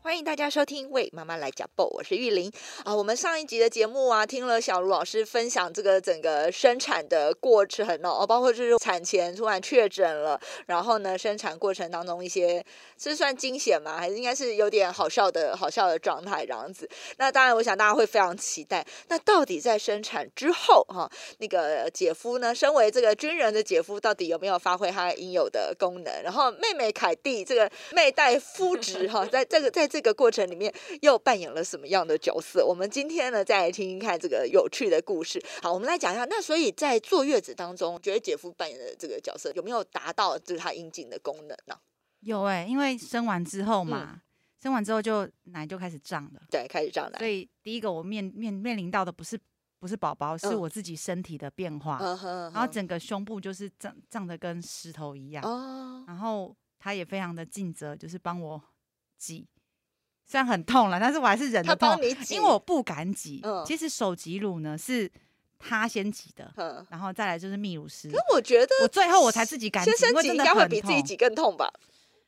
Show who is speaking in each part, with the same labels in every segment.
Speaker 1: 欢迎大家收听《为妈妈来讲报》，我是玉玲啊。我们上一集的节目啊，听了小卢老师分享这个整个生产的过程哦，包括就是产前突然确诊了，然后呢，生产过程当中一些这算惊险吗？还是应该是有点好笑的好笑的状态这样子？那当然，我想大家会非常期待。那到底在生产之后哈、啊，那个姐夫呢，身为这个军人的姐夫，到底有没有发挥他应有的功能？然后妹妹凯蒂这个妹带夫职 哈、啊，在这个在这个。这个过程里面又扮演了什么样的角色？我们今天呢，再来听听看这个有趣的故事。好，我们来讲一下。那所以在坐月子当中，觉得姐夫扮演的这个角色有没有达到就是他应尽的功能呢、啊？
Speaker 2: 有哎、欸，因为生完之后嘛，嗯、生完之后就奶就开始胀了，
Speaker 1: 对，开始胀奶。
Speaker 2: 所以第一个我面面面临到的不是不是宝宝，
Speaker 1: 嗯
Speaker 2: 是我自己身体的变化，嗯、然后整个胸部就是胀胀的跟石头一样。哦，然后他也非常的尽责，就是帮我挤。虽然很痛了，但是我还是忍着痛，因为我不敢挤。嗯、其实手挤乳呢是他先挤 的，嗯、然后再来就是泌乳师。
Speaker 1: 可我觉得
Speaker 2: 我最后我才自己敢
Speaker 1: 先生挤应该会比自己挤更痛吧？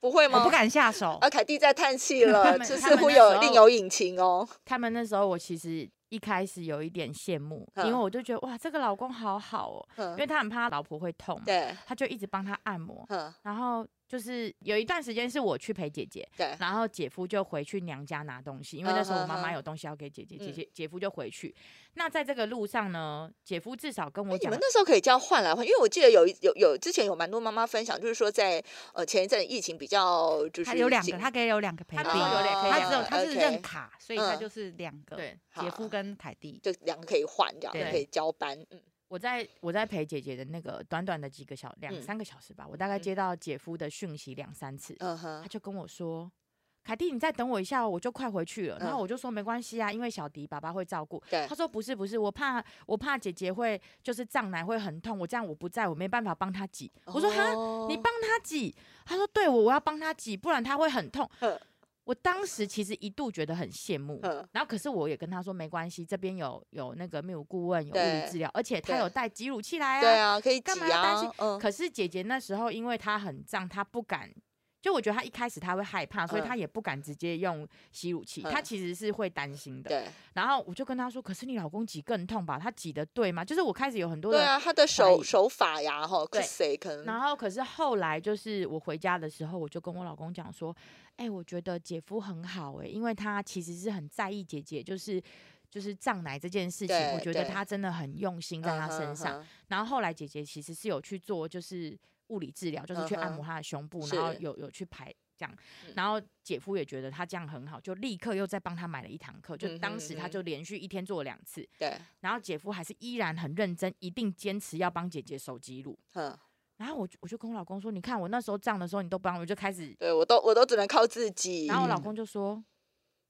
Speaker 1: 不会吗？
Speaker 2: 我不敢下手。
Speaker 1: 啊，凯蒂在叹气了，这似乎有另有隐情哦。
Speaker 3: 他们那时候我其实一开始有一点羡慕，嗯、因为我就觉得哇，这个老公好好哦，因为他很怕老婆会痛，
Speaker 1: 嗯对，
Speaker 3: 他就一直帮他按摩，然后。就是有一段时间是我去陪姐姐，
Speaker 1: 对，嗯
Speaker 3: 然后姐夫就回去娘家拿东西，因为那时候我妈妈有东西要给姐姐，姐姐姐夫就回去。那在这个路上呢，姐夫至少跟我讲，
Speaker 1: 哎你们那时候可以这样换来换，因为我记得有有有之前有蛮多妈妈分享，就是说在呃前一阵疫情比较就是
Speaker 2: 有两个，他给有两个陪
Speaker 3: 他只有两个，
Speaker 2: 他只有他是认卡，所以他就是两个，
Speaker 3: 嗯对，
Speaker 2: 姐夫跟凯蒂
Speaker 1: 就两个可以换，这样可以交班，嗯。
Speaker 3: 我在我在陪姐姐的那个短短的几个小
Speaker 1: 嗯
Speaker 3: 两三个小时吧，我大概接到姐夫的讯息两三次，
Speaker 1: 嗯
Speaker 3: 他就跟我说：“凯蒂，你再等我一下，我就快回去了。”然后我就说：“没关系啊，因为小迪爸爸会照顾。”他说：“不是不是，我怕我怕姐姐会就是胀奶会很痛，我这样我不在我没办法帮她挤。”我说：“哈，
Speaker 1: 哦
Speaker 3: 你帮她挤？”他说：“对，我我要帮她挤，不然她会很痛。”我当时其实一度觉得很羡慕，
Speaker 1: 嗯
Speaker 3: 然后可是我也跟他说没关系，这边有有那个泌乳顾问，有物理治疗，而且他有带挤乳器来啊，
Speaker 1: 对啊，可以
Speaker 3: 干嘛要担心？嗯、可是姐姐那时候因为她很胀，她不敢，就我觉得她一开始她会害怕，所
Speaker 1: 嗯
Speaker 3: 以她也不敢直接用吸乳器，嗯、她其实是会担心的。
Speaker 1: 对，
Speaker 3: 然后我就跟她说，可是你老公挤更痛吧？他挤的对吗？就是我开始有很多
Speaker 1: 对啊，他的手手法呀，哈，谁可能？
Speaker 3: 然后可是后来就是我回家的时候，我就跟我老公讲说。哎、欸，我觉得姐夫很好哎、欸，因为他其实是很在意姐姐，就是就是胀奶这件事情，我觉得他真的很用心
Speaker 1: 嗯
Speaker 3: 在他身上。Uh huh huh. 然后后来姐姐其实是有去做，就是物理治疗，就是去按摩她的胸部，uh huh. 然后有有去排这样。然后姐夫也觉得他这样很好，就立刻又再帮他买了一堂课，就当时他就连续一天做了两次。
Speaker 1: 对、嗯。
Speaker 3: 然后姐夫还是依然很认真，一定坚持要帮姐姐手记录。嗯。然后我我就跟我老公说，你看我那时候胀的时候，你都不让我，就开始
Speaker 1: 对我都我都只能靠自己。
Speaker 3: 然后我老公就说，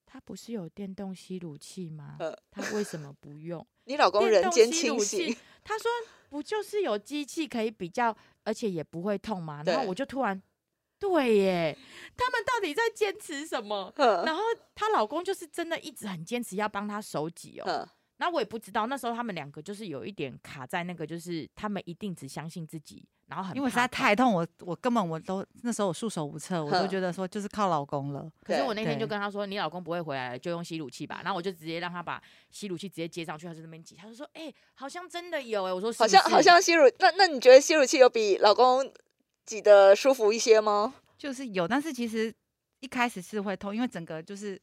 Speaker 3: 他不是有电动吸乳器吗？呃、他为什么不用？
Speaker 1: 你老公人间清醒，
Speaker 3: 他说不就是有机器可以比较，而且也不会痛吗？然后我就突然，对耶，他们到底在坚持什么？呃、然后她老公就是真的一直很坚持要帮她手挤
Speaker 1: 嗯
Speaker 3: 哦。呃那我也不知道，那时候他们两个就是有一点卡在那个，就是他们一定只相信自己，然后很
Speaker 2: 因为实在太痛，我我根本我都那时候我束手无策， 我都觉得说就是靠老公了。
Speaker 3: 可是我那天就跟他说，你老公不会回来了，就用吸乳器吧。然后我就直接让他把吸乳器直接接上去，他就那边挤，他就说，哎、欸，好像真的有哎、欸，我说
Speaker 1: 好像好像吸乳，那那你觉得吸乳器有比老公挤的舒服一些吗？
Speaker 2: 就是有，但是其实一开始是会痛，因为整个就是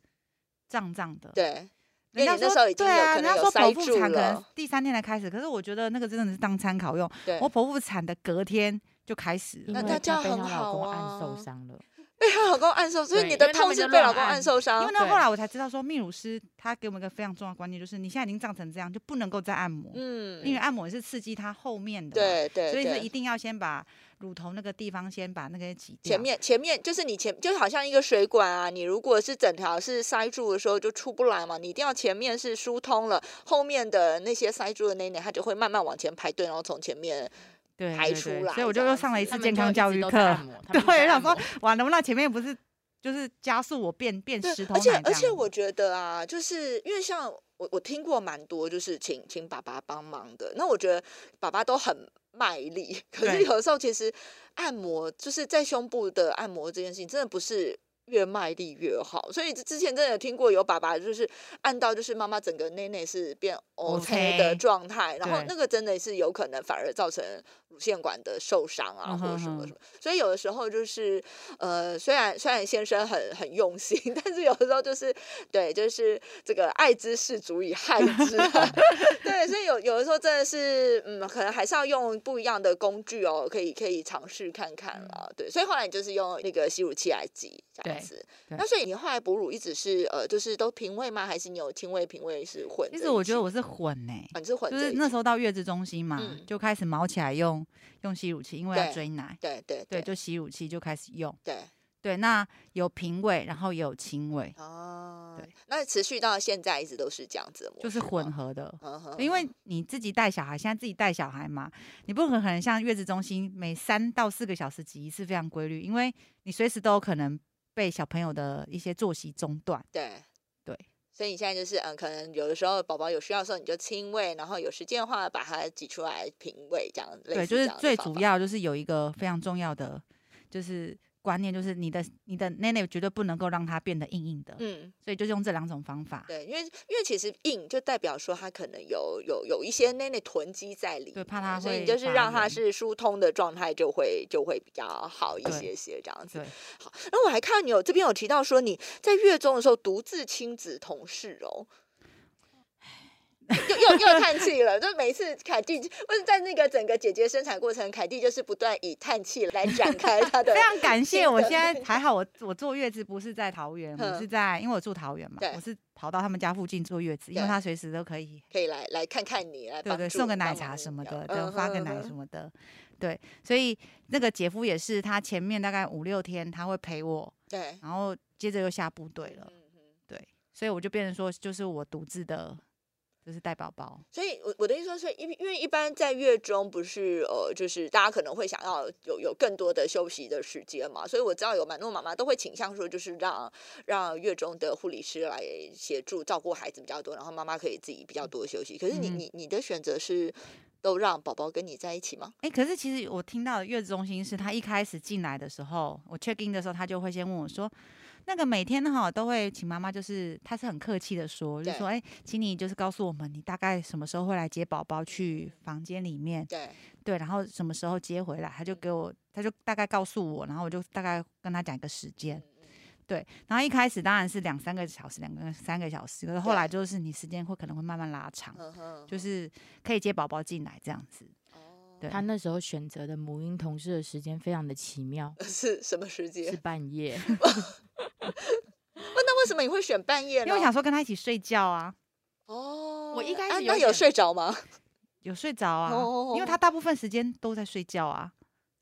Speaker 2: 胀胀的。
Speaker 1: 对。
Speaker 2: 人家
Speaker 1: 说
Speaker 2: 对啊，人家说剖腹产可能第三天才开始，可是我觉得那个真的是当参考用。我剖腹产的隔天就开始了，
Speaker 3: 因为她被她老公按受伤了，
Speaker 1: 被她 老公按受，所以你的痛是被老公按受伤。
Speaker 2: 因为那后来我才知道说，泌乳师他给我们一个非常重要的观念，就是你现在已经胀成这样，就不能够再按摩，嗯，因为按摩是刺激他后面的，
Speaker 1: 对对，
Speaker 2: 所以说一定要先把。乳头那个地方，先把那个挤
Speaker 1: 掉。前面前面就是你前，就好像一个水管啊，你如果是整条是塞住的时候就出不来嘛，你一定要前面是疏通了，后面的那些塞住的那一它就会慢慢往前排队，然后从前面排出来。
Speaker 2: 所以我就又上了一次健康教育课，
Speaker 3: 对，
Speaker 2: 想说完了，那前面不是。就是加速我变变石头
Speaker 1: 而且而且我觉得啊，就是因为像我我听过蛮多，就是请请爸爸帮忙的。那我觉得爸爸都很卖力，可是有的时候其实按摩就是在胸部的按摩这件事情，真的不是。越卖力越好，所以之前真的有听过有爸爸就是按到就是妈妈整个内内是变 OK 的状态，然后那个真的是有可能反而造成乳腺管的受伤啊
Speaker 2: 嗯
Speaker 1: 或者什么什么，所以有的时候就是呃虽然虽然先生很很用心， 但是有的时候就是对就是这个爱之是足以害之、 啊，对，所以有有的时候真的是嗯可能还是要用不一样的工具哦，可以可以尝试看看
Speaker 2: 嗯
Speaker 1: 啦，对，所以后来就是用那个吸乳器来挤，对。那所以你后来哺乳一直是呃，就是都平位吗？还是你有亲喂、平喂是混？
Speaker 2: 其实我觉得我是混呢、欸
Speaker 1: 啊，你是混，
Speaker 2: 就是那时候到月子中心嘛，嗯、就开始毛起来用用吸乳器，因为要追奶，
Speaker 1: 对对
Speaker 2: 对，就吸乳器就开始用，
Speaker 1: 对
Speaker 2: 对。那有平位，然后也有亲喂哦，对。
Speaker 1: 那持续到现在一直都是这样子，
Speaker 2: 就是混合的，嗯嗯、因为你自己带小孩，现在自己带小孩嘛，你不可能像月子中心每三到四个小时挤一次，非常规律，因为你随时都有可能。被小朋友的一些作息中断，
Speaker 1: 对
Speaker 2: 对，
Speaker 1: 所以你现在就是嗯，可能有的时候宝宝有需要的时候你就亲喂，然后有时间的话把它挤出来平喂这样。
Speaker 2: 对，就是最主要就是有一个非常重要的就是观念，就是你的你的奶奶绝对不能够让它变得硬硬的，嗯，所以就是用这两种方法。
Speaker 1: 对，因为因为其实硬就代表说它可能有有有一些奶奶囤积在里面，
Speaker 2: 对，怕它
Speaker 1: 所以你就是让它是疏通的状态就会就会比较好一些些这样子。好，然后我还看你有这边有提到说你在月中的时候独自亲子同事哦，又又又 叹气了。就每次凯蒂，或者在那个整个姐姐生产过程，凯蒂就是不断以叹气来展开她 的。
Speaker 2: 非常 感谢，我现在还好我，我我坐月子不是在桃园，我是在因为我住桃园嘛，我是跑到他们家附近坐月子，因为他随时都可以
Speaker 1: 可以来来看看你，来
Speaker 2: 对对送个奶茶什么的，
Speaker 1: 嗯
Speaker 2: 对发个奶什么的。对，所以那个姐夫也是，他前面大概五六天他会陪我，
Speaker 1: 对，嗯
Speaker 2: 然后接着又下部队了，对，所以我就变成说，就是我独自的，就是带宝宝。
Speaker 1: 所以，我我的意思是，因因为一般在月中不是呃，就是大家可能会想要有有更多的休息的时间嘛，所以我知道有蛮多妈妈都会倾向说，就是让让月中的护理师来协助照顾孩子比较多，然后妈妈可以自己比较多休息。可是你、嗯、你你的选择是。都让宝宝跟你在一起吗？
Speaker 2: 哎、欸，可是其实我听到的月子中心是他一开始进来的时候，我 check in 的时候，他就会先问我说，那个每天哈都会请妈妈，就是他是很客气的说，就说哎、欸，请你就是告诉我们你大概什么时候会来接宝宝去房间里面，
Speaker 1: 对
Speaker 2: 对，然后什么时候接回来，他就给我，他就大概告诉我，然后我就大概跟他讲一个时间。嗯对，然后一开始当然是两三个小时，两个三个小时，可是后来就是你时间会可能会慢慢拉长，
Speaker 1: 嗯
Speaker 2: 就是可以接宝宝进来这样子。
Speaker 1: 哦
Speaker 2: 对
Speaker 3: 他那时候选择的母婴同事的时间非常的奇妙，
Speaker 1: 是什么时间？
Speaker 3: 是半夜。
Speaker 1: 那为什么你会选半夜呢？
Speaker 2: 因为我想说跟他一起睡觉啊。
Speaker 1: 哦，
Speaker 3: 我一开始
Speaker 1: 那有睡着吗？
Speaker 2: 有睡着啊，因为他大部分时间都在睡觉啊。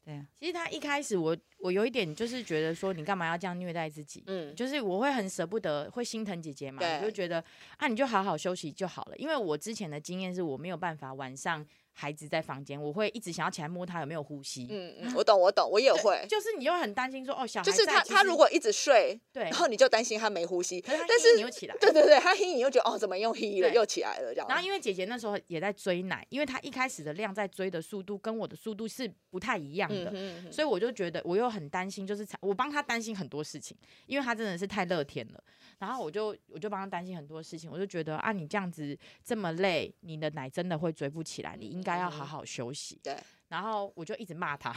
Speaker 2: 对，
Speaker 3: 其实他一开始我我有一点就是觉得说你干嘛要这样虐待自己，嗯，就是我会很舍不得，会心疼姐姐嘛，我就觉得啊你就好好休息就好了，因为我之前的经验是我没有办法晚上孩子在房间，我会一直想要起来摸他有没有呼吸，
Speaker 1: 嗯嗯，我懂我懂，我也会，
Speaker 3: 就是你又很担心说哦小孩，
Speaker 1: 就是他他如果一直睡，
Speaker 3: 对，然
Speaker 1: 后你就担心他没呼吸，
Speaker 3: 但
Speaker 1: 是
Speaker 3: 你又起来，
Speaker 1: 对对对，他嘿你又觉得哦怎么又嘿了又起来了这样，
Speaker 3: 然后因为姐姐那时候也在追奶，因为她一开始的量在追的速度跟我的速度是不太一样。的，嗯、所以我就觉得我又很担心，就是我帮他担心很多事情，因为他真的是太乐天了。然后我就我就帮他担心很多事情，我就觉得啊，你这样子这么累，你的奶真的会追不起来，你应该要好好休息。
Speaker 1: 对、嗯。
Speaker 3: 然后我就一直 骂他，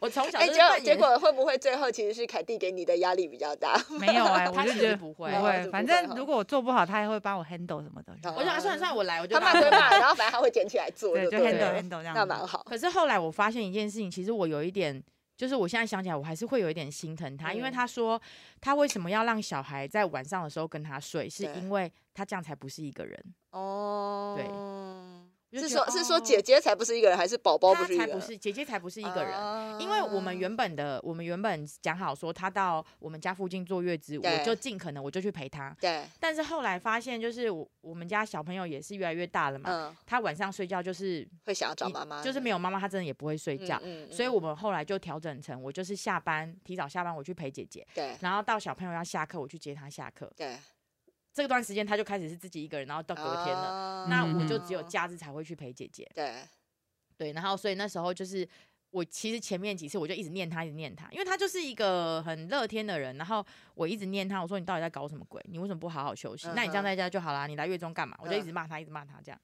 Speaker 3: 我从小
Speaker 1: 哎、欸，结果会不会最后其实是凯蒂给你的压力比较大？
Speaker 2: 没有 哎、欸，我就觉得
Speaker 3: 不会，
Speaker 2: 不会。哦反正如果我做不好，他也会帮我 handle 什么的。
Speaker 3: 我就啊算算我来，我就
Speaker 1: 他骂归骂，然后反哎正 他会捡起来做，
Speaker 2: 对，就 handle
Speaker 3: 嗯
Speaker 2: handle 这样，
Speaker 1: 那蛮好。
Speaker 3: 可是后来我发现一件事情，其实我有一点。就是我现在想起来，我还是会有一点心疼他，因为他说他为什么要让小孩在晚上的时候跟他睡，是因为他这样才不是一个人
Speaker 1: 哦。
Speaker 3: 对，我就是觉
Speaker 1: 说，
Speaker 3: 得
Speaker 1: 是
Speaker 3: 哦
Speaker 1: 说姐姐才不是一个人，还是宝宝不
Speaker 3: 她
Speaker 1: 是一个
Speaker 3: 才
Speaker 1: 人？
Speaker 3: 不是姐姐才不是
Speaker 1: 一
Speaker 3: 一个人。
Speaker 1: 哦
Speaker 3: 因为我们原本的，我们原本讲好说，她到我们家附近坐月子，
Speaker 1: 对
Speaker 3: 我就尽可能我就去陪她。
Speaker 1: 对，
Speaker 3: 但是后来发现，就是我我们家小朋友也是越来越大了嘛，
Speaker 1: 嗯，
Speaker 3: 他晚上睡觉就是
Speaker 1: 会想要找
Speaker 3: 一
Speaker 1: 妈妈，
Speaker 3: 就是没有妈妈，他真的也不会睡
Speaker 1: 嗯
Speaker 3: 觉。
Speaker 1: 嗯嗯
Speaker 3: 所以我们后来就调整成，我就是下班提早下班，我去陪姐姐，
Speaker 1: 对
Speaker 3: 然后到小朋友要下课，我去接他下课。
Speaker 1: 对
Speaker 3: 这段时间他就开始是自己一个人，然后到隔天了。
Speaker 1: 了
Speaker 3: 那我就只有
Speaker 1: 家
Speaker 3: 假日才会去陪姐姐。
Speaker 1: 哦对
Speaker 3: 对，然后所以那时候就是我其实前面几次我就一直念他，一直念他，因为他就是一个很乐天的人。然后我一直念他，我说你到底在搞什么鬼？你为什么不好好休息？那你
Speaker 1: 嗯
Speaker 3: 这样
Speaker 1: 哼
Speaker 3: 在家就好啦，你来月中干嘛？我就一直
Speaker 1: 嗯
Speaker 3: 骂他，一直骂他这样。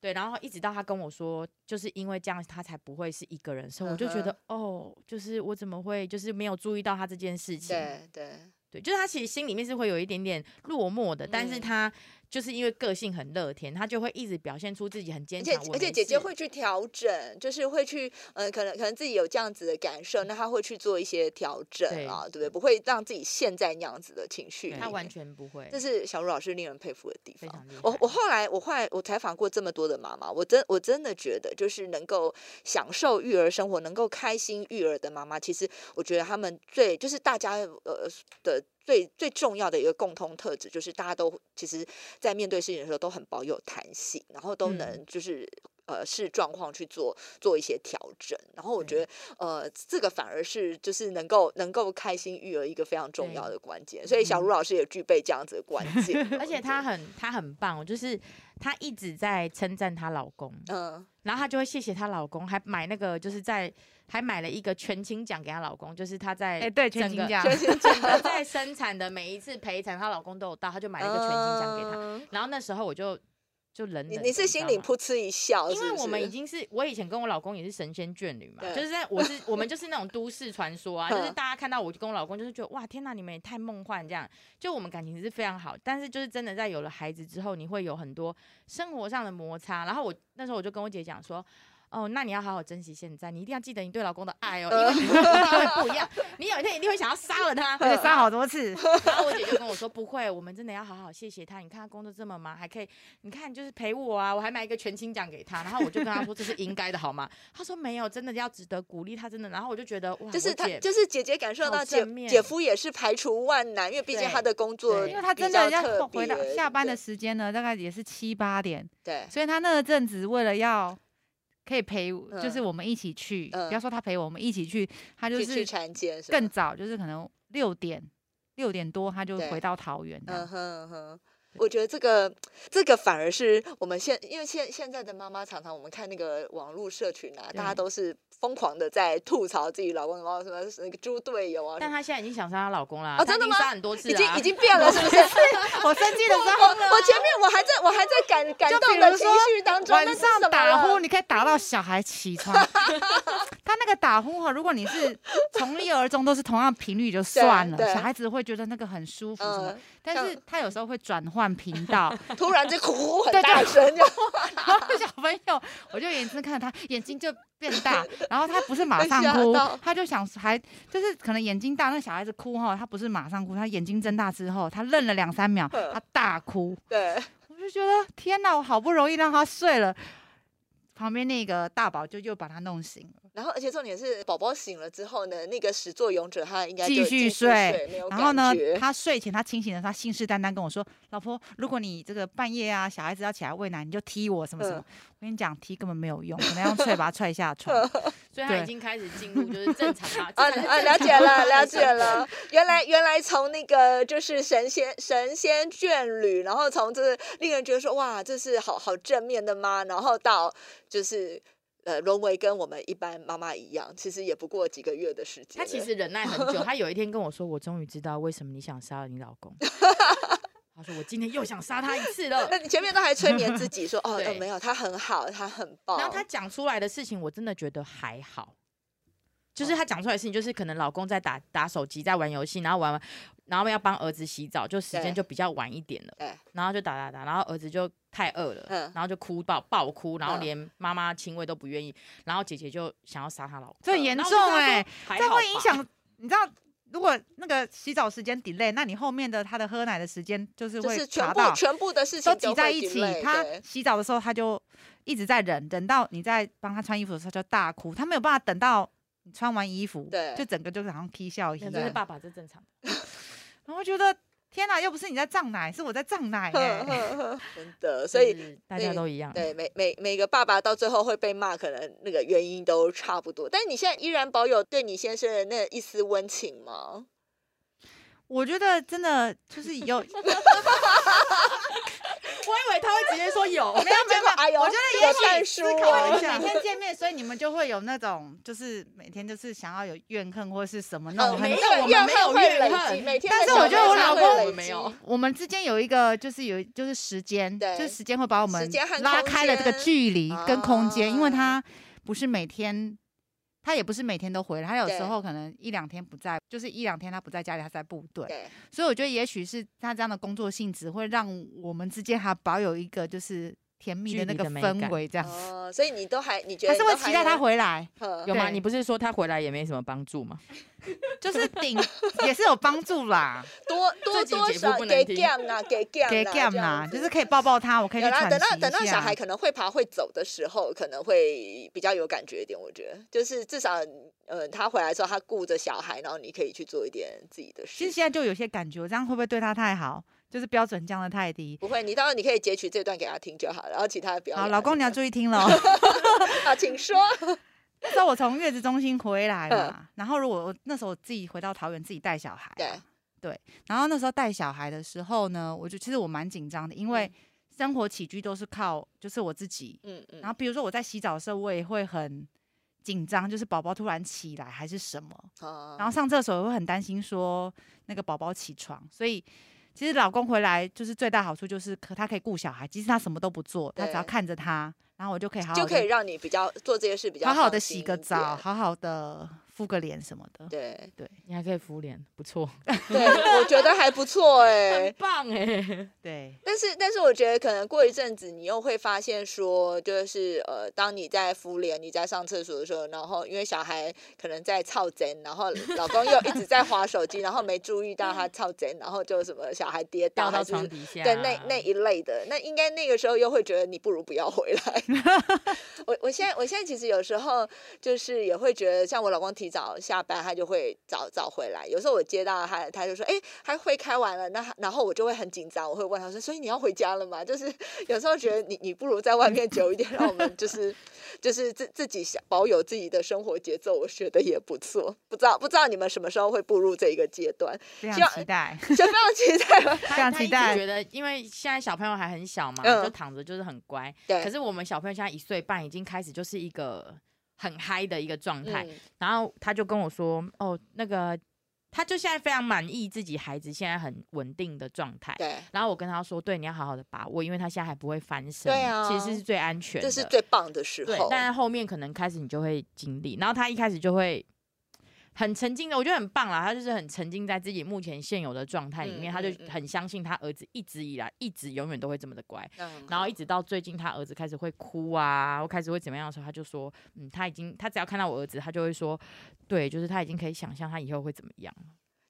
Speaker 3: 对，然后一直到他跟我说，就是因为这样他才不会是一个人，所以
Speaker 1: 嗯
Speaker 3: 我就觉得、哦，就是我怎么会就是没有注意到他这件事情？
Speaker 1: 对对，
Speaker 3: 对，就是他其实心里面是会有一点点落寞的，但是
Speaker 1: 嗯
Speaker 3: 他就是因为个性很乐天，他就会一直表现出自己很坚
Speaker 1: 而
Speaker 3: 强
Speaker 1: 且。
Speaker 3: 我
Speaker 1: 而且
Speaker 3: 没
Speaker 1: 姐姐
Speaker 3: 事
Speaker 1: 会去调整，就是会去，嗯，可能可能自己有这样子的感受，那她会去做一些调整
Speaker 3: 对
Speaker 1: 啊，对不对？不会让自己陷在那样子的情绪里
Speaker 3: 对
Speaker 1: 面。
Speaker 3: 他完全不会
Speaker 1: 这，是小茹老师令人佩服的地
Speaker 3: 非
Speaker 1: 方
Speaker 3: 常厉。
Speaker 1: 我
Speaker 3: 害
Speaker 1: 我后来我后来我采访过这么多的妈妈，我真我真的觉得，就是能够享受育儿生活，能够开心育儿的妈妈，其实我觉得他们最就是大家呃的最最重要的一个共通特质，就是大家都其实在面对事情的时候都很保有弹性，然后都
Speaker 3: 嗯
Speaker 1: 能就是。呃，视状况去做做一些调整，然后我觉得，呃，这个反而是就是能够能够开心育儿一个非常重
Speaker 3: 对
Speaker 1: 要的关键，所以小茹老师也具备这样子的 关键，
Speaker 3: 嗯而且她很她很棒，就是她一直在称赞她老公，
Speaker 1: 嗯，
Speaker 3: 然后她就会谢谢她老公，还买那个就是在还买了一个全勤奖给她老公，就是她在
Speaker 2: 哎，对，全
Speaker 3: 整
Speaker 2: 勤
Speaker 3: 个
Speaker 2: 奖，
Speaker 1: 就是真
Speaker 3: 她在生产的每一次陪产，她老公都有到，她就买了一个全勤奖给她。
Speaker 1: 他。
Speaker 3: 然后那时候我就就冷冷
Speaker 1: 嗯你
Speaker 3: 的，
Speaker 1: 你是
Speaker 3: 知
Speaker 1: 心
Speaker 3: 道
Speaker 1: 里
Speaker 3: 吗
Speaker 1: 噗嗤一笑，
Speaker 3: 因为
Speaker 1: 是不
Speaker 3: 我们
Speaker 1: 是
Speaker 3: 已经是我以前跟我老公也是神仙眷侣嘛，
Speaker 1: 对
Speaker 3: 就是在我是我们就是那种都市传说 啊，就是
Speaker 1: 嗯
Speaker 3: 大家看到我跟我老公就是觉得哇天呐，你们也太梦幻这样，就我们感情是非常好，但是就是真的在有了孩子之后，你会有很多生活上的摩擦，然后我那时候我就跟我姐讲说。哦，那你要好好珍惜现在，你一定要记得你对老公的爱哦，因为 你会不一样，你有一天一定会想要杀 了他。
Speaker 2: 而且杀好多次，
Speaker 3: 然后我姐就跟我说：“不会，我们真的要好好谢谢他。你看他工作这么忙，还可以，你看就是陪我啊，我还买一个全勤奖给他。”然后我就跟他说：“这是应该的，好吗？”他说：“没有，真的要值得鼓励他，真的。”然后我就觉得哇，
Speaker 1: 就是
Speaker 3: 我
Speaker 1: 他，
Speaker 3: 姐
Speaker 1: 就是姐姐感受
Speaker 3: 好
Speaker 1: 到姐
Speaker 3: 正面
Speaker 1: 姐夫也是排除万难，因为毕竟
Speaker 3: 对
Speaker 1: 他的工作
Speaker 3: 对
Speaker 1: 比
Speaker 2: 因
Speaker 1: 较特
Speaker 2: 为
Speaker 1: 别，
Speaker 2: 他真的要回到
Speaker 1: 对不
Speaker 2: 下班
Speaker 1: 对
Speaker 2: 的时间呢，大概也是七八点，
Speaker 1: 对，
Speaker 2: 所以他那阵子为了要可以陪，就是
Speaker 1: 嗯
Speaker 2: 我们一起去，
Speaker 1: 嗯
Speaker 2: 不要说他陪我们一起去，他就
Speaker 1: 去去
Speaker 2: 是
Speaker 1: 产检什么
Speaker 2: 更早，就是可能六点六点多他就
Speaker 1: 对
Speaker 2: 回到桃园这样
Speaker 1: 嗯哼嗯哼。我觉得这个这个反而是我们现因为现现在的妈妈常常我们看那个网络社群啊，大家
Speaker 3: 对
Speaker 1: 都是疯狂的在吐槽自己老公什么什么那个猪队友啊，什
Speaker 3: 但
Speaker 1: 么
Speaker 3: 她现在已经想杀她老公啦，
Speaker 1: 哦真
Speaker 3: 她
Speaker 1: 的
Speaker 3: 已经
Speaker 1: 吗
Speaker 3: 杀很多次、啊，
Speaker 1: 已经已经变了，是不是？
Speaker 2: 我生气 的时
Speaker 1: 我
Speaker 2: 候，
Speaker 1: 我前面我还在我还在感感
Speaker 2: 就
Speaker 1: 动
Speaker 2: 比
Speaker 1: 的
Speaker 2: 如
Speaker 1: 情
Speaker 2: 说
Speaker 1: 绪当中，那
Speaker 2: 晚
Speaker 1: 是什么啊
Speaker 2: 上打
Speaker 1: 了
Speaker 2: 呼，你可以打到小孩起床。 他那个打呼哈，如果你是从一而终都是同样频率就算了
Speaker 1: 对，对
Speaker 2: 小孩子会觉得那个很舒服什么
Speaker 1: 嗯。
Speaker 2: 但
Speaker 1: 像
Speaker 2: 是他有时候会转换频道，
Speaker 1: 突然就哭很
Speaker 2: 对
Speaker 1: 大
Speaker 2: 对
Speaker 1: 声，这 样
Speaker 2: 然后 小朋友，我就眼睁看着他眼睛就变 大，然后他不是马
Speaker 1: 被
Speaker 2: 上
Speaker 1: 吓
Speaker 2: 哭
Speaker 1: 到，
Speaker 2: 他就想还就是可能眼睛大，那小孩子哭哈，他不是马上哭，他眼睛睁大之后，他愣了两三秒，
Speaker 1: 嗯
Speaker 2: 他大哭，
Speaker 1: 对，
Speaker 2: 我就觉得天哪，我好不容易让他睡了，旁边那个大宝就又把他弄醒了，
Speaker 1: 然后而且重点是宝宝醒了之后呢，那个始作俑者他应该
Speaker 2: 继
Speaker 1: 就
Speaker 2: 续
Speaker 1: 睡，没有
Speaker 2: 然后
Speaker 1: 感
Speaker 2: 呢
Speaker 1: 觉，，
Speaker 2: 他睡前他清醒的时候，他信誓旦旦跟我说：“老婆，如果你这个半夜啊，小孩子要起来喂奶，你就踢我什么什么。
Speaker 1: 嗯
Speaker 2: 我跟你讲，踢根本没有用，可能要踹把他踹下 床。
Speaker 3: 所以她已
Speaker 2: 对
Speaker 3: 经开始进入就是正常啊，
Speaker 1: 啊
Speaker 3: 这才是
Speaker 1: 啊，了
Speaker 3: 正常
Speaker 1: 解了，
Speaker 3: 的
Speaker 1: 了
Speaker 3: 人
Speaker 1: 解
Speaker 3: 生
Speaker 1: 了。原来原来从那个就是神仙神仙眷侣，然后从这令人觉得说哇，这是好好正面的妈，然后到就是呃沦为跟我们一般妈妈一样，其实也不过几个月的时间
Speaker 3: 她
Speaker 1: 了。
Speaker 3: 其实忍耐很久，她有一天跟我说：“我终于知道为什么你想杀了你老公。”她说：“我今天又想杀他一次
Speaker 2: 嗯
Speaker 3: 了。”
Speaker 1: 那你前面都还催眠自 己说哦、呃
Speaker 3: 对
Speaker 1: 没有，他很好，他很
Speaker 2: 哦
Speaker 1: 棒。
Speaker 3: 然后他讲出来的事情，我真的觉得还好。
Speaker 2: 哦
Speaker 3: 就是他讲出来的事情，就是可能老公在打打手机，在玩游戏，然后玩完，然后要帮儿子洗澡，就时
Speaker 1: 对
Speaker 3: 间就比较晚一点了。
Speaker 1: 对
Speaker 3: 然后就打打打，然后儿子就太饿了，
Speaker 1: 嗯
Speaker 3: 然后就哭爆爆哭，然后
Speaker 1: 嗯
Speaker 3: 连妈妈亲喂都不愿意，然后姐姐就想要杀她老公，
Speaker 2: 这很严
Speaker 3: 然后
Speaker 2: 重
Speaker 3: 我就跟她
Speaker 2: 哎、
Speaker 3: 说，还
Speaker 2: 这
Speaker 3: 好
Speaker 2: 会影
Speaker 3: 吧。
Speaker 2: 响，你知道，如果那个洗澡时间 delay，那你后面的他的喝奶的时间就是
Speaker 1: 就
Speaker 2: 会
Speaker 1: 是全
Speaker 2: 查
Speaker 1: 部
Speaker 2: 到，
Speaker 1: 全部的事情
Speaker 2: 都挤在一起
Speaker 1: 会 delay，。
Speaker 2: 他
Speaker 1: 对
Speaker 2: 洗澡的时候，他就一直在忍，忍到你在帮他穿衣服的时候，他就大哭，他没有办法等到你穿完衣服，
Speaker 1: 对
Speaker 2: 就整个就是好像踢笑一
Speaker 3: 那
Speaker 2: 样。
Speaker 3: 这是
Speaker 2: 然
Speaker 3: 爸爸，这正常的。
Speaker 2: 后我觉得天哪，又不是你在胀奶，是我在胀奶、
Speaker 1: 呵
Speaker 2: 欸。
Speaker 1: 呵呵 真的，所
Speaker 2: 嗯
Speaker 1: 以
Speaker 3: 就是大家都一样。
Speaker 1: 对，每每每个爸爸到最后会被骂，可能那个原因都差不多。但你现在依然保有对你先生的那一丝温情吗？
Speaker 2: 我觉得真的就是 有，没有
Speaker 3: 我以为他会直接说有，
Speaker 2: 没有
Speaker 1: 结果 哎
Speaker 2: 没
Speaker 1: 呦
Speaker 2: 有，我觉得也
Speaker 1: 有淡
Speaker 2: 许
Speaker 1: 疏
Speaker 2: 思考
Speaker 1: 哦
Speaker 2: 你 们每天见面，所以你们就会有那种就是每天就是想要有怨恨或是什么那种
Speaker 1: 呃
Speaker 2: 很
Speaker 1: 没
Speaker 3: 有
Speaker 1: 有
Speaker 3: 我们
Speaker 1: 怨
Speaker 3: 没有
Speaker 1: 恨会
Speaker 3: 怨
Speaker 1: 累
Speaker 3: 恨
Speaker 1: 积， 每天
Speaker 2: 但
Speaker 1: 的
Speaker 2: 是
Speaker 1: 小
Speaker 2: 我觉得
Speaker 1: 摩
Speaker 2: 我
Speaker 1: 擦
Speaker 2: 老
Speaker 1: 会
Speaker 2: 公
Speaker 1: 累
Speaker 3: 我没有
Speaker 1: 积
Speaker 2: 我们之间有一个就是有就是时间，
Speaker 1: 对
Speaker 2: 就是时间会把我
Speaker 1: 时
Speaker 2: 们
Speaker 1: 间和
Speaker 2: 拉
Speaker 1: 空
Speaker 2: 开了这个
Speaker 1: 间
Speaker 2: 距离跟空间，因为
Speaker 1: 啊
Speaker 2: 他不是每天，他也不是每天都回来，他有
Speaker 1: 对
Speaker 2: 时候可能一两天不在，就是一两天他不在家里，他在部队，
Speaker 1: 对，
Speaker 2: 所以我觉得也许是他这样的工作性质会让我们之间还保有一个就是甜蜜
Speaker 3: 距
Speaker 2: 的那
Speaker 3: 离
Speaker 2: 个
Speaker 3: 的美
Speaker 2: 氛
Speaker 3: 感
Speaker 2: 围这样，
Speaker 1: 哦，所以你都还你觉得
Speaker 2: 还是
Speaker 1: 你
Speaker 2: 会
Speaker 1: 都还
Speaker 2: 期待他
Speaker 1: 能
Speaker 2: 回来，
Speaker 1: 呵
Speaker 3: 有吗？
Speaker 2: 对
Speaker 3: 你不是说他回来也没什么帮助吗？
Speaker 2: 就是顶也是有帮助 啦，
Speaker 1: 多多
Speaker 3: 这集
Speaker 1: 多
Speaker 3: 节目
Speaker 1: 少
Speaker 3: 不
Speaker 1: 给
Speaker 3: 能听
Speaker 1: gam 啦，给啊 gam
Speaker 2: 给 gam 啦，就是可以抱抱他，我可以
Speaker 1: 有
Speaker 2: 去
Speaker 1: 啦，
Speaker 2: 喘
Speaker 1: 等到
Speaker 2: 息
Speaker 1: 等到
Speaker 2: 一
Speaker 1: 小孩
Speaker 2: 下。
Speaker 1: 可能会爬会走的时候，可能会比较有感觉一点。我觉得，就是至少，呃，他回来的时候，他顾着小孩，然后你可以去做一点自己的
Speaker 2: 其实
Speaker 1: 事。
Speaker 2: 现在就有些感觉，我这样会不会对他太好？就是标准降的太低。
Speaker 1: 不会，你到时候你可以截取这段给他听就好，然后其他不要
Speaker 2: 好，
Speaker 1: 聊。
Speaker 2: 老公你要注意听了哦。
Speaker 1: 啊，请说。
Speaker 2: 那时候我从月子中心回来
Speaker 1: 嗯
Speaker 2: 嘛，然后如果我那时候我自己回到桃园自己带小孩啊、
Speaker 1: 对
Speaker 2: 对，然后那时候带小孩的时候呢，我就其实我蛮紧张的，因为
Speaker 1: 嗯
Speaker 2: 生活起居都是靠就是我自己。
Speaker 1: 嗯嗯，
Speaker 2: 然后比如说我在洗澡的时候，我也会很紧张，就是宝宝突然起来还是什么，
Speaker 1: 后
Speaker 2: 然后上厕所也会很担心说那个宝宝起床，所以其实老公回来就是最大好处就是可他可以顾小孩，即使他什么都不做，他只要
Speaker 1: 对
Speaker 2: 看着他，然后我就可以好好
Speaker 1: 就
Speaker 2: 地
Speaker 1: 可以让你比较做这些事比较
Speaker 2: 好好的
Speaker 1: 放心
Speaker 2: 洗个
Speaker 1: 一点
Speaker 2: 澡，。好好的敷个脸什么的。
Speaker 1: 对
Speaker 2: 对
Speaker 3: 你还可以敷脸，不错，
Speaker 1: 对，我觉得还不 错哎、
Speaker 3: 很棒哎。
Speaker 2: 对
Speaker 1: 但是，但是我觉得可能过一阵子，你又会发现说，就是呃，当你在敷脸、你在上厕所的时候，然后因为小孩可能在操贼，然后老公又一直在划手机，然后没注意到他操贼，然后就什么小孩跌倒
Speaker 3: 掉到
Speaker 1: 还是
Speaker 3: 床底下，
Speaker 1: 对那那一类的，那应该那个时候又会觉得你不如不要回来。 我我现在我现在其实有时候就是也会觉得，像我老公提早下班，他就会早早回来。有时候我接到他，他就说：“哎、他会开完了。那他”然后我就会很紧张，我会问他说：“所以你要回家了吗？”就是 有时候觉得你你不如在外面久一点，让我们就是 就是自自己想保有自己的生活节奏，我觉得也不错。不知道不知道你们什么时候会步入这一个阶段，
Speaker 2: 非
Speaker 1: 希望
Speaker 2: 常 期待。
Speaker 1: 就非常期待了。
Speaker 3: 他
Speaker 2: 非常
Speaker 3: 他
Speaker 2: 期
Speaker 3: 一直
Speaker 2: 待
Speaker 3: 觉得因为现在小朋友还很小嘛，
Speaker 1: 嗯
Speaker 3: 就躺着就是很乖。
Speaker 1: 对
Speaker 3: 可是我们小朋友现在一岁半，已经开始就是一个很嗨的一个状态。
Speaker 1: 嗯
Speaker 3: 然后他就跟我说：“哦，那个，他就现在非常满意自己孩子现在很稳定的状态。”
Speaker 1: 对。
Speaker 3: 然后我跟他说：“对，你要好好的把握，因为他现在还不会翻身，
Speaker 1: 对啊
Speaker 3: 其实是最安全的，
Speaker 1: 这是最棒的时
Speaker 3: 对
Speaker 1: 候。。
Speaker 3: 但是后面可能开始你就会经历，然后他一开始就会很沉浸的，我觉得很棒啦，他就是很沉浸在自己目前现有的状态里
Speaker 1: 嗯
Speaker 3: 面，他就
Speaker 1: 嗯嗯
Speaker 3: 很相信他儿子一直以来一直永远都会这么的乖。”
Speaker 1: 嗯
Speaker 3: 然后一直到最近他儿子开始会哭啊，或开始会怎么样的时候，他就说，嗯，他已经，他只要看到我儿子，他就会说，对，就是他已经可以想象他以后会怎么样。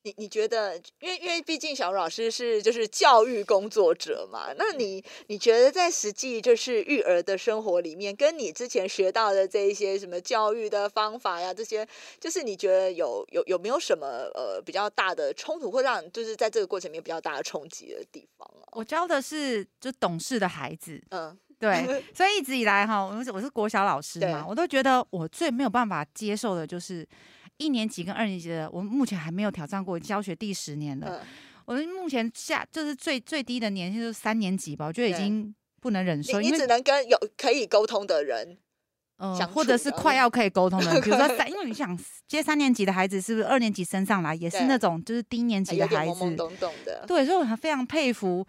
Speaker 1: 你你觉得，因为因为毕竟小茹老师是就是教育工作者嘛，那你你觉得在实际就是育儿的生活里面，跟你之前学到的这一些什么教育的方法呀，这些，就是你觉得有有有没有什么呃比较大的冲突，或让就是在这个过程里面比较大的冲击的地方啊？
Speaker 2: 我教的是就懂事的孩子，
Speaker 1: 嗯，
Speaker 2: 对， 所以一直以来哈，我是我是国小老师
Speaker 1: 对
Speaker 2: 嘛，我都觉得我最没有办法接受的就是一年级跟二年级的，我目前还没有挑战过教学第十年了。
Speaker 1: 嗯
Speaker 2: 我目前下就是最最低的年限就是三年级吧，我觉得已
Speaker 1: 对
Speaker 2: 经不能忍受，
Speaker 1: 你
Speaker 2: 因
Speaker 1: 你
Speaker 2: 为
Speaker 1: 只能跟有可以沟通的人，
Speaker 2: 嗯
Speaker 1: 相，
Speaker 2: 或
Speaker 1: 处哦
Speaker 2: 者是
Speaker 1: 的
Speaker 2: 快要可以沟通的人，比如说
Speaker 1: 快
Speaker 2: 三，因为你想接三年级的孩子，是不是二年级升上来也是
Speaker 1: 对啊
Speaker 2: 那种就是低年级
Speaker 1: 有
Speaker 2: 的
Speaker 1: 点
Speaker 2: 孩
Speaker 1: 懵懵
Speaker 2: 子？
Speaker 1: 懂懂的，
Speaker 2: 对，所以我很非常佩服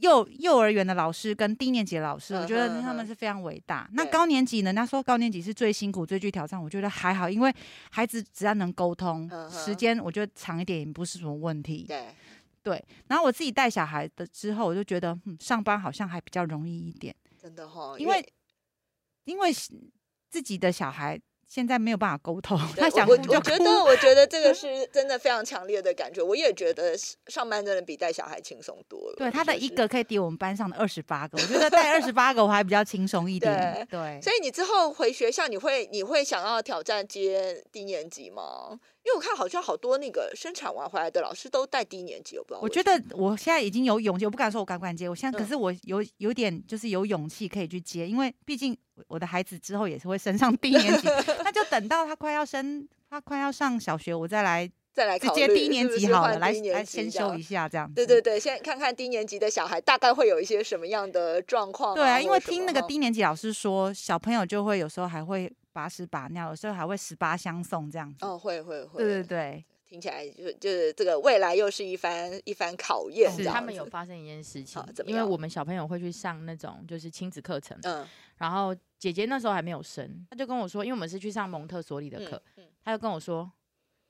Speaker 2: 幼幼儿园的老师跟低年级的老师，我觉
Speaker 1: 嗯哼
Speaker 2: 得
Speaker 1: 嗯
Speaker 2: 他们
Speaker 1: 哼
Speaker 2: 是非常伟大。那
Speaker 1: 对
Speaker 2: 高年级呢？人家说高年级是最辛苦、最具挑战，我觉得还好，因为孩子只要能沟通
Speaker 1: 嗯，哼
Speaker 2: 时间我觉得长一点也不是什么问题。
Speaker 1: 对，
Speaker 2: 然后我自己带小孩的之后，我就觉得、嗯、上班好像还比较容易一点，
Speaker 1: 真的哈、
Speaker 2: 因为因为自己的小孩现在没有办法沟通，
Speaker 1: 对
Speaker 2: 他想
Speaker 1: 我
Speaker 2: 哭
Speaker 1: 我
Speaker 2: 就
Speaker 1: 我觉得，
Speaker 2: 哭。
Speaker 1: 我觉得这 个是真的非常强烈的感觉。我也觉得上班真的比带小孩轻松多了。
Speaker 2: 对他的
Speaker 1: 就是
Speaker 2: 一个可以抵我们班上的二十八个，我觉得带二十八个我还比较轻松一点。对，
Speaker 1: 所以你之后回学校，你会你会想要挑战接低年级吗？因为我看好像好多那个生产完回来的老师都带低年级，我不知道
Speaker 2: 我
Speaker 1: 为
Speaker 2: 觉
Speaker 1: 什么。
Speaker 2: 得我现在已经有勇气，我不敢说我敢不敢接，我现在可
Speaker 1: 嗯
Speaker 2: 是我有有点就是有勇气可以去接，因为毕竟我我的孩子之后也是会升上 低年级，那就等到他快要升，他快要上小学，我再来
Speaker 1: 再来
Speaker 2: 直
Speaker 1: 考
Speaker 2: 接
Speaker 1: 虑
Speaker 2: 低年
Speaker 1: 是不
Speaker 2: 级
Speaker 1: 是
Speaker 2: 好
Speaker 1: 换
Speaker 2: 了，来
Speaker 1: 低年
Speaker 2: 来
Speaker 1: 级
Speaker 2: 先
Speaker 1: 这
Speaker 2: 修
Speaker 1: 样
Speaker 2: 一下嗯这样。
Speaker 1: 对对。对，先看看低年级的小孩大概会有一些什么样的状况、
Speaker 2: 对啊，因
Speaker 1: 或
Speaker 2: 为
Speaker 1: 者什
Speaker 2: 听
Speaker 1: 么
Speaker 2: 那个
Speaker 1: 哈
Speaker 2: 低年级老师说，小朋友就会有时候还会把屎把尿，有时候还会十八相送这样子。
Speaker 1: 哦，会会会，
Speaker 2: 对对对，
Speaker 1: 听起来就是就是这个未来又是一番一番考
Speaker 2: 嗯
Speaker 1: 验，
Speaker 3: 是
Speaker 1: 这样
Speaker 3: 他们有
Speaker 1: 子
Speaker 3: 发生一件事情
Speaker 1: 啊怎，么
Speaker 3: 因为
Speaker 1: 样
Speaker 3: 我们小朋友会去上那种就是亲子课程，
Speaker 1: 嗯
Speaker 3: 然后姐姐那时候还没有生，她就跟我说，因为我们是去上蒙特梭利的课，
Speaker 1: 嗯嗯
Speaker 3: 她就跟我说。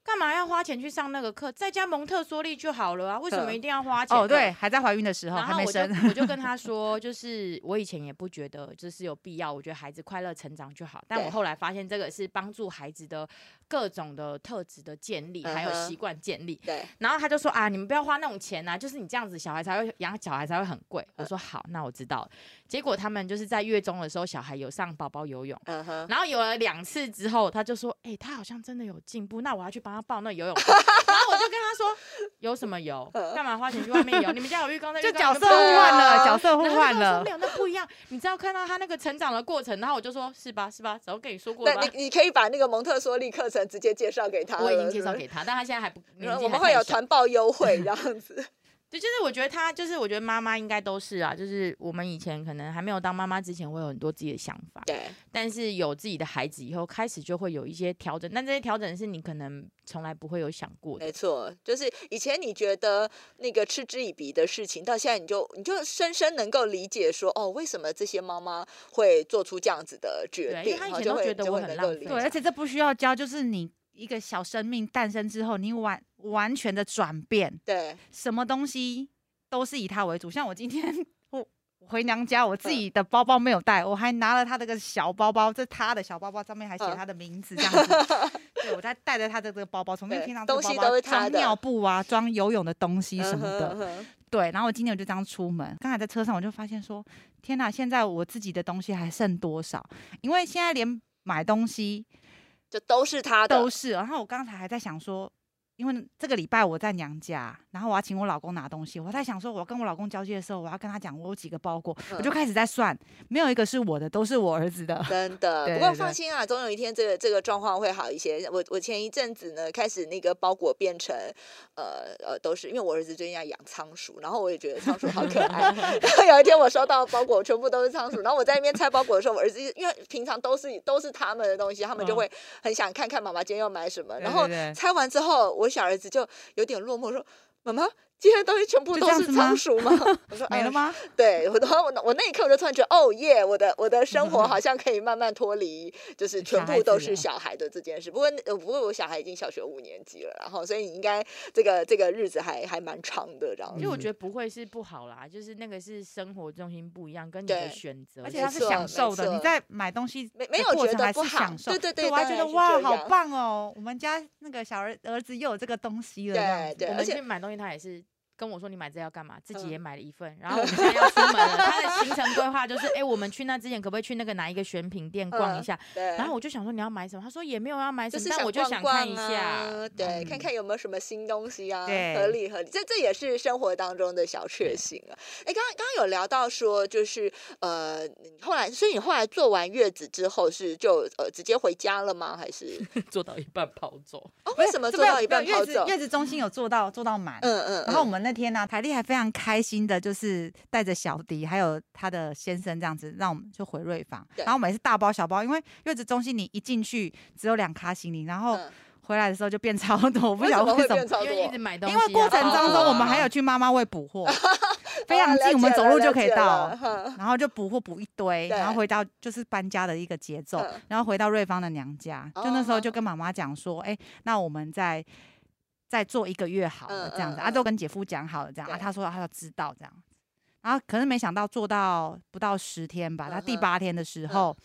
Speaker 3: 干嘛要花钱去上那个课？在家蒙特梭利就好了啊！为什么
Speaker 1: 嗯
Speaker 3: 一定要花钱？
Speaker 2: 哦对，还在怀孕的时候
Speaker 3: 然
Speaker 2: 还
Speaker 3: 后
Speaker 2: 没
Speaker 3: 我就
Speaker 2: 生，
Speaker 3: 我就跟他说，就是我以前也不觉得这是有必要，我觉得孩子快乐成长就好。但
Speaker 1: 对
Speaker 3: 我后来发现，这个是帮助孩子的各种的特质的建立，还有
Speaker 1: 嗯哼
Speaker 3: 习惯建立。
Speaker 1: 对，
Speaker 3: 然后他就说啊，你们不要花那种钱啊，就是你这样子，小孩才会养小孩才会很贵。我
Speaker 1: 嗯
Speaker 3: 说好，那我知道了。结果他们就是在月中的时候，小孩有上宝宝游泳。
Speaker 1: 嗯哼，
Speaker 3: 然后有了两次之后，他就说：“哎、他好像真的有进步，那我要去帮他报那游泳课。”然后我就跟他说：“游什 么游？
Speaker 1: 嗯
Speaker 3: 干嘛花钱去外面游？你们家有浴缸在
Speaker 2: 就
Speaker 3: 浴缸
Speaker 2: 角
Speaker 3: 里
Speaker 2: 色
Speaker 3: 面泡
Speaker 2: 互换
Speaker 3: 啊
Speaker 1: 对啊
Speaker 2: 了，角色互
Speaker 3: 然后他
Speaker 2: 换
Speaker 3: 跟我说
Speaker 2: 了
Speaker 3: 没。有，那不一样。你知道看到他那个成长的过程，然后我就说是吧，是吧，早跟你说过了
Speaker 1: 那
Speaker 3: 吧。
Speaker 1: 你你可以把那个蒙特梭利课程直接介绍给他了，
Speaker 3: 我已经
Speaker 1: 是
Speaker 3: 介绍
Speaker 1: 不
Speaker 3: 给他，但他现在还不，
Speaker 1: 是
Speaker 3: 年纪
Speaker 1: 我们
Speaker 3: 还
Speaker 1: 会
Speaker 3: 太
Speaker 1: 有
Speaker 3: 小
Speaker 1: 团报优惠这样 子，
Speaker 3: 对，就是我觉得他，就是我觉得妈妈应该都是啊，就是我们以前可能还没有当妈妈之前，会有很多自己的想法，
Speaker 1: 对，
Speaker 3: 但是有自己的孩子以后，开始就会有一些调整，但这些调整是你可能从来不会有想过的。
Speaker 1: 没错，就是以前你觉得那个嗤之以鼻的事情，到现在你就你就深深能够理解说，哦，为什么这些妈妈会做出这样子的决
Speaker 3: 对因为
Speaker 1: 定，
Speaker 3: 她以
Speaker 1: 然后
Speaker 3: 前
Speaker 1: 就
Speaker 3: 都
Speaker 1: 会
Speaker 3: 觉得
Speaker 1: 就
Speaker 3: 我
Speaker 1: 会
Speaker 3: 很
Speaker 1: 能
Speaker 3: 浪
Speaker 1: 够
Speaker 3: 费
Speaker 1: 理
Speaker 3: 对
Speaker 2: 对，
Speaker 1: 解
Speaker 2: 而。且这不需要教，就是你一个小生命诞生之后，你完完全的转变，
Speaker 1: 对，
Speaker 2: 什么东西都是以他为主。像我今 天我我回娘家，我
Speaker 1: 嗯
Speaker 2: 自己的包包没有带，我还拿了他这个小包包，这他的小包包上面还写
Speaker 1: 嗯
Speaker 2: 他的名字，这样子。对，我在带着他的这个包包，从那
Speaker 1: 对
Speaker 2: 天到这个
Speaker 1: 东西
Speaker 2: 包包
Speaker 1: 都是他
Speaker 2: 装
Speaker 1: 的
Speaker 2: 尿布啊，装游泳的东西什么
Speaker 1: 嗯哼
Speaker 2: 的。
Speaker 1: 嗯哼
Speaker 2: 对，然后我今天我就这样出门，刚才在车上我就发现说，天哪，现在我自己的东西还剩多少？因为现在连买东西
Speaker 1: 就都是他的，
Speaker 2: 都是。然后我刚才还在想说，因为这个礼拜我在娘家，然后我要请我老公拿东西，我在想说，我跟我老公交接的时候，我要跟他讲我有几个包裹，我
Speaker 1: 嗯
Speaker 2: 就开始在算，没有一个是我的，都是我儿子的。
Speaker 1: 真的，
Speaker 2: 对
Speaker 1: 不过
Speaker 2: 对
Speaker 1: 放
Speaker 2: 对
Speaker 1: 心啊，总有一天这个这个状况会好一些。我我前一阵子呢，开始那个包裹变成，呃呃，都是因为我儿子最近要养仓鼠，然后我也觉得仓鼠好可 爱。然后有一天我收到包裹，全部都是仓鼠，然后我在那边拆包裹的时候，我儿子因为平常都是都是他们的东西，他们就
Speaker 2: 嗯
Speaker 1: 会很想看看妈妈今天要买什么。
Speaker 2: 对
Speaker 1: 然
Speaker 2: 对
Speaker 1: 后
Speaker 2: 对
Speaker 1: 拆完之后，我小儿子就有点落寞说：“妈妈，今天的东西全部
Speaker 2: 就
Speaker 1: 都
Speaker 2: 这样
Speaker 1: 是
Speaker 2: 子
Speaker 1: 仓
Speaker 2: 吗
Speaker 1: 鼠吗？”我说：“
Speaker 2: 没
Speaker 1: 嗯
Speaker 2: 了吗？
Speaker 1: 对我，然 后我那我那一刻我就突然觉得，哦耶，我的我的生活好像可以慢慢脱离，就是全
Speaker 2: 小孩
Speaker 1: 部都
Speaker 2: 子
Speaker 1: 是
Speaker 2: 了
Speaker 1: 小孩的这件事。不过那呃不过我小孩已经小学五年级了，然后所以你应该这个这个日子还还蛮长的，这样
Speaker 3: 因为
Speaker 1: 子。
Speaker 3: 我
Speaker 2: 嗯
Speaker 3: 觉得不会是不好啦，就是那个是生活重心不一样，跟你的
Speaker 1: 对
Speaker 3: 选择。
Speaker 2: 而
Speaker 1: 没
Speaker 2: 且他是
Speaker 1: 错
Speaker 2: 享
Speaker 1: 没
Speaker 2: 受的，
Speaker 1: 错
Speaker 2: 你在买东西
Speaker 1: 没没
Speaker 2: 的
Speaker 1: 有
Speaker 2: 过
Speaker 1: 觉
Speaker 2: 程
Speaker 1: 得
Speaker 2: 还
Speaker 1: 不
Speaker 2: 是
Speaker 1: 好
Speaker 2: 享受，
Speaker 1: 对对对
Speaker 2: 我还
Speaker 1: 当
Speaker 2: 觉
Speaker 1: 然
Speaker 2: 得
Speaker 1: 是
Speaker 2: 哇，
Speaker 1: 这样
Speaker 2: 好棒哦！我们家那个小儿儿子又有这个东西了，这样
Speaker 1: 对
Speaker 2: 子
Speaker 1: 对，
Speaker 3: 我
Speaker 1: 而
Speaker 3: 们
Speaker 1: 且
Speaker 3: 去买东西，他也是跟我说你买这要干嘛，自己
Speaker 1: 嗯
Speaker 3: 也买了一份。 然后我们现在要出门了，他的行程规划就是，哎、我们去那之前可不可以去那个哪一个选品店逛一
Speaker 1: 嗯
Speaker 3: 下？
Speaker 1: 对，
Speaker 3: 然后我就想说你要买什么，他说也没有要买什
Speaker 1: 就
Speaker 3: 么，
Speaker 1: 是
Speaker 3: 但我就
Speaker 1: 逛
Speaker 3: 想
Speaker 1: 逛
Speaker 3: 看一下。
Speaker 1: 啊， 对，看
Speaker 3: 嗯
Speaker 1: 看有没有什么新东西啊，合
Speaker 2: 对
Speaker 1: 理合理，这这也是生活当中的小确幸啊。哎，刚刚刚刚有聊到说，就是呃，你后来，所以你后来做完月子之后是就呃直接回家了吗？还是
Speaker 3: 做到一半跑走，
Speaker 1: 哦，
Speaker 2: 不
Speaker 1: 为
Speaker 2: 是
Speaker 1: 什么
Speaker 2: 这
Speaker 1: 做
Speaker 2: 没有
Speaker 1: 到一
Speaker 2: 没有
Speaker 1: 半跑
Speaker 2: 月子
Speaker 1: 走？
Speaker 2: 月子中心有做到做到满，
Speaker 1: 嗯嗯，
Speaker 2: 然后
Speaker 1: 嗯
Speaker 2: 我们那天呢、台丽还非常开心的，就是带着小迪还有她的先生这样子，让我们就回瑞芳。
Speaker 1: 对
Speaker 2: 然后我们也是大包小包，因为月子中心你一进去只有两卡行李，然后
Speaker 1: 嗯
Speaker 2: 回来的时候就变超多，我不
Speaker 1: 为什
Speaker 2: 晓得
Speaker 1: 么会
Speaker 2: 为什么
Speaker 1: 变。超
Speaker 3: 因为一
Speaker 1: 多
Speaker 3: 直？买东西
Speaker 2: 因
Speaker 3: 啊、
Speaker 2: 为过程当中，我们还有
Speaker 3: 哦
Speaker 2: 去妈妈会 补货，非常
Speaker 1: 哦了
Speaker 2: 近，我们
Speaker 1: 解
Speaker 2: 走
Speaker 1: 了
Speaker 2: 路
Speaker 1: 了
Speaker 2: 就可以
Speaker 1: 解
Speaker 2: 到
Speaker 1: 了。哼
Speaker 2: 然后就补货补一堆，然后
Speaker 1: 对
Speaker 2: 回到就是搬家的一个节奏
Speaker 1: 嗯，
Speaker 2: 然后回到瑞芳的娘家，就那时
Speaker 1: 哦
Speaker 2: 候就跟妈妈讲说，哎，那我们再再做一个月好了
Speaker 1: 嗯
Speaker 2: 这样子，
Speaker 1: 嗯
Speaker 2: 啊，
Speaker 1: 嗯
Speaker 2: 都跟姐夫讲好了这样，啊，
Speaker 1: 对
Speaker 2: 他说他要知道这样，然后可是没想到做到不到十天吧，他
Speaker 1: 嗯
Speaker 2: 第
Speaker 1: 哼
Speaker 2: 八天的时候，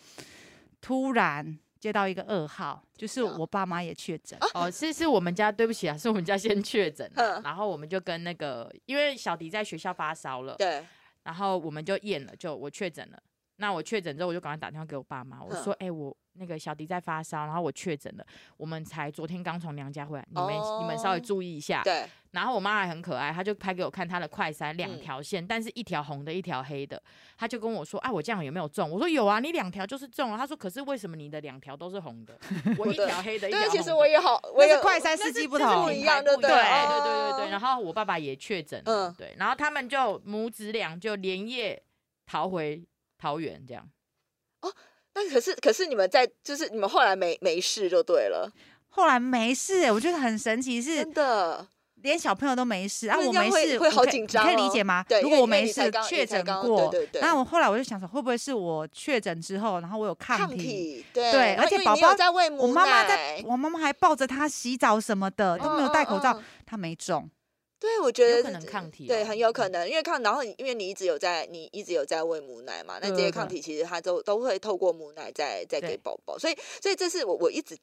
Speaker 2: 突然接到一个噩耗，就是我爸妈也确诊。
Speaker 1: 啊
Speaker 3: 哦，是是我们家，对不起啊，是我们家先确诊了，然后我们就跟那个，因为小迪在学校发烧了，
Speaker 1: 对，
Speaker 3: 然后我们就验了，就我确诊了。那我确诊之后，我就赶快打电话给我爸妈，我说：“哎、欸，我那个小迪在发烧，然后我确诊了，我们才昨天刚从娘家回来，你们、哦、你们稍微注意一下。”
Speaker 1: 对。
Speaker 3: 然后我妈还很可爱，她就拍给我看她的快筛，两条线，嗯、但是一条红的，一条黑的。她就跟我说：“啊，我这样有没有中？”我说：“有啊，你两条就是中了。”她说：“可是为什么你的两条都是红的，我一条黑的，一条红的？”
Speaker 1: 其实我也好，我也
Speaker 2: 快筛试剂不同，
Speaker 3: 哎
Speaker 1: 不一样
Speaker 3: 对
Speaker 1: 对哦
Speaker 3: 对对对对。然后我爸爸也确诊，嗯，对，然后他们就母子俩就连夜逃回。桃园这样，
Speaker 1: 哦，那可是可是你们在就是你们后来没没事就对了，
Speaker 2: 后来没事、欸，我觉得很神奇是，是
Speaker 1: 真的，
Speaker 2: 连小朋友都没事啊，我没事
Speaker 1: 会好紧张、
Speaker 2: 哦，你可以理解吗？
Speaker 1: 对，
Speaker 2: 如果我没事确诊过，
Speaker 1: 对对对，
Speaker 2: 那我后来我就想说，会不会是我确诊之后，然后我有抗
Speaker 1: 体，抗
Speaker 2: 体
Speaker 1: 对，
Speaker 2: 對而且宝宝
Speaker 1: 在喂母
Speaker 2: 奶，我妈妈在，我妈妈还抱着他洗澡什么的，都没有戴口罩，他、嗯嗯嗯、没中。
Speaker 1: 对，我觉得
Speaker 3: 可能抗体、啊、
Speaker 1: 对很有可能，因为抗，然后因为你一直有在，你一直有在喂母奶嘛，那这些抗体其实它都都会透过母奶再再给宝宝，所以所以这是我我一直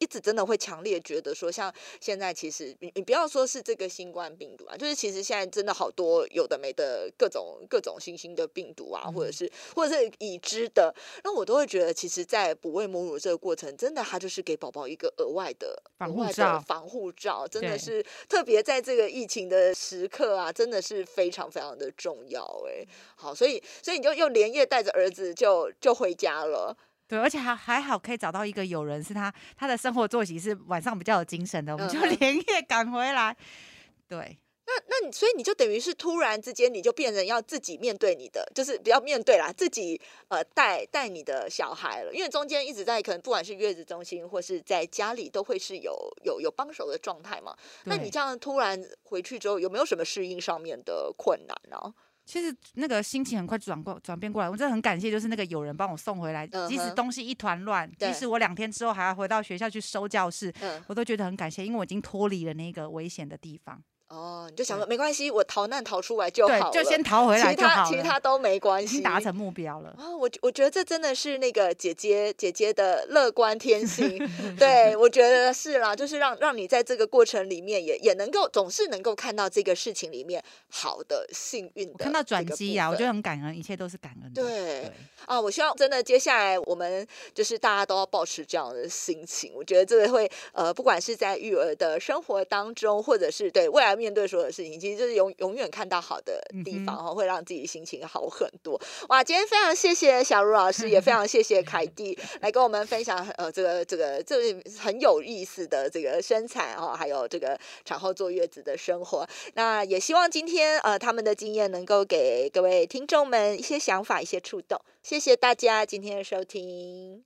Speaker 1: 一直真的会强烈觉得说，像现在其实你你不要说是这个新冠病毒啊，就是其实现在真的好多有的没的各种各种新兴的病毒啊，嗯、或者是或者是已知的，那我都会觉得，其实，在哺喂母乳这个过程，真的它就是给宝宝一个额外的
Speaker 2: 防护罩，
Speaker 1: 防护罩真的是特别在这个疫情。的时刻啊，真的是非常非常的重要哎。好，所以所以你就又连夜带着儿子就就回家了。
Speaker 2: 对，而且还还好可以找到一个友人，是他他的生活作息是晚上比较有精神的，我们
Speaker 1: 嗯
Speaker 2: 就连夜赶回来。嗯、对，
Speaker 1: 那那你所以你就等于是突然之间你就变成要自己面对你的，就是不要面对啦，自己呃带带你的小孩了，因为中间一直在可能不管是月子中心或是在家里都会是有有有帮手的状态嘛。那你这样突然。回去之后有没有什么适应上面的困难呢、啊？
Speaker 2: 其实那个心情很快转过转变过来，我真的很感谢，就是那个有人帮我送回来。嗯、即使东西一团乱，即使我两天之后还要回到学校去收教室，嗯、我都觉得很感谢，因为我已经脱离了那个危险的地方。
Speaker 1: 哦，你就想说没关系，我逃难逃出来就好
Speaker 2: 就先逃回来
Speaker 1: 就好其他其他都没关系，
Speaker 2: 达成目标了。
Speaker 1: 啊、哦，我我觉得这真的是那个姐姐姐姐的乐观天 性，对我觉得是啦，就是让让你在这个过程里面也也能够总是能够看到这个事情里面好的幸运的，
Speaker 2: 看到转机啊，我觉得很感恩，一切都是感恩的。
Speaker 1: 对，对啊，我希望真的接下来我们就是大家都要保持这样的心情，我觉得这个会呃，不管是在育儿的生活当中，或者是对未来。面对所有的事情，其实就是永永远看到好的地方哈，嗯、会让自己心情好很多。哇，今天非常谢谢小茹老师，也非常谢谢凯 蒂来跟我们分享呃这个这个这个、很有意思的这个生产哈、哦，还有这个产后坐月子的生活。那也希望今天呃他们的经验能够给各位听众们一些想法、一些触动。谢谢大家今天的收听。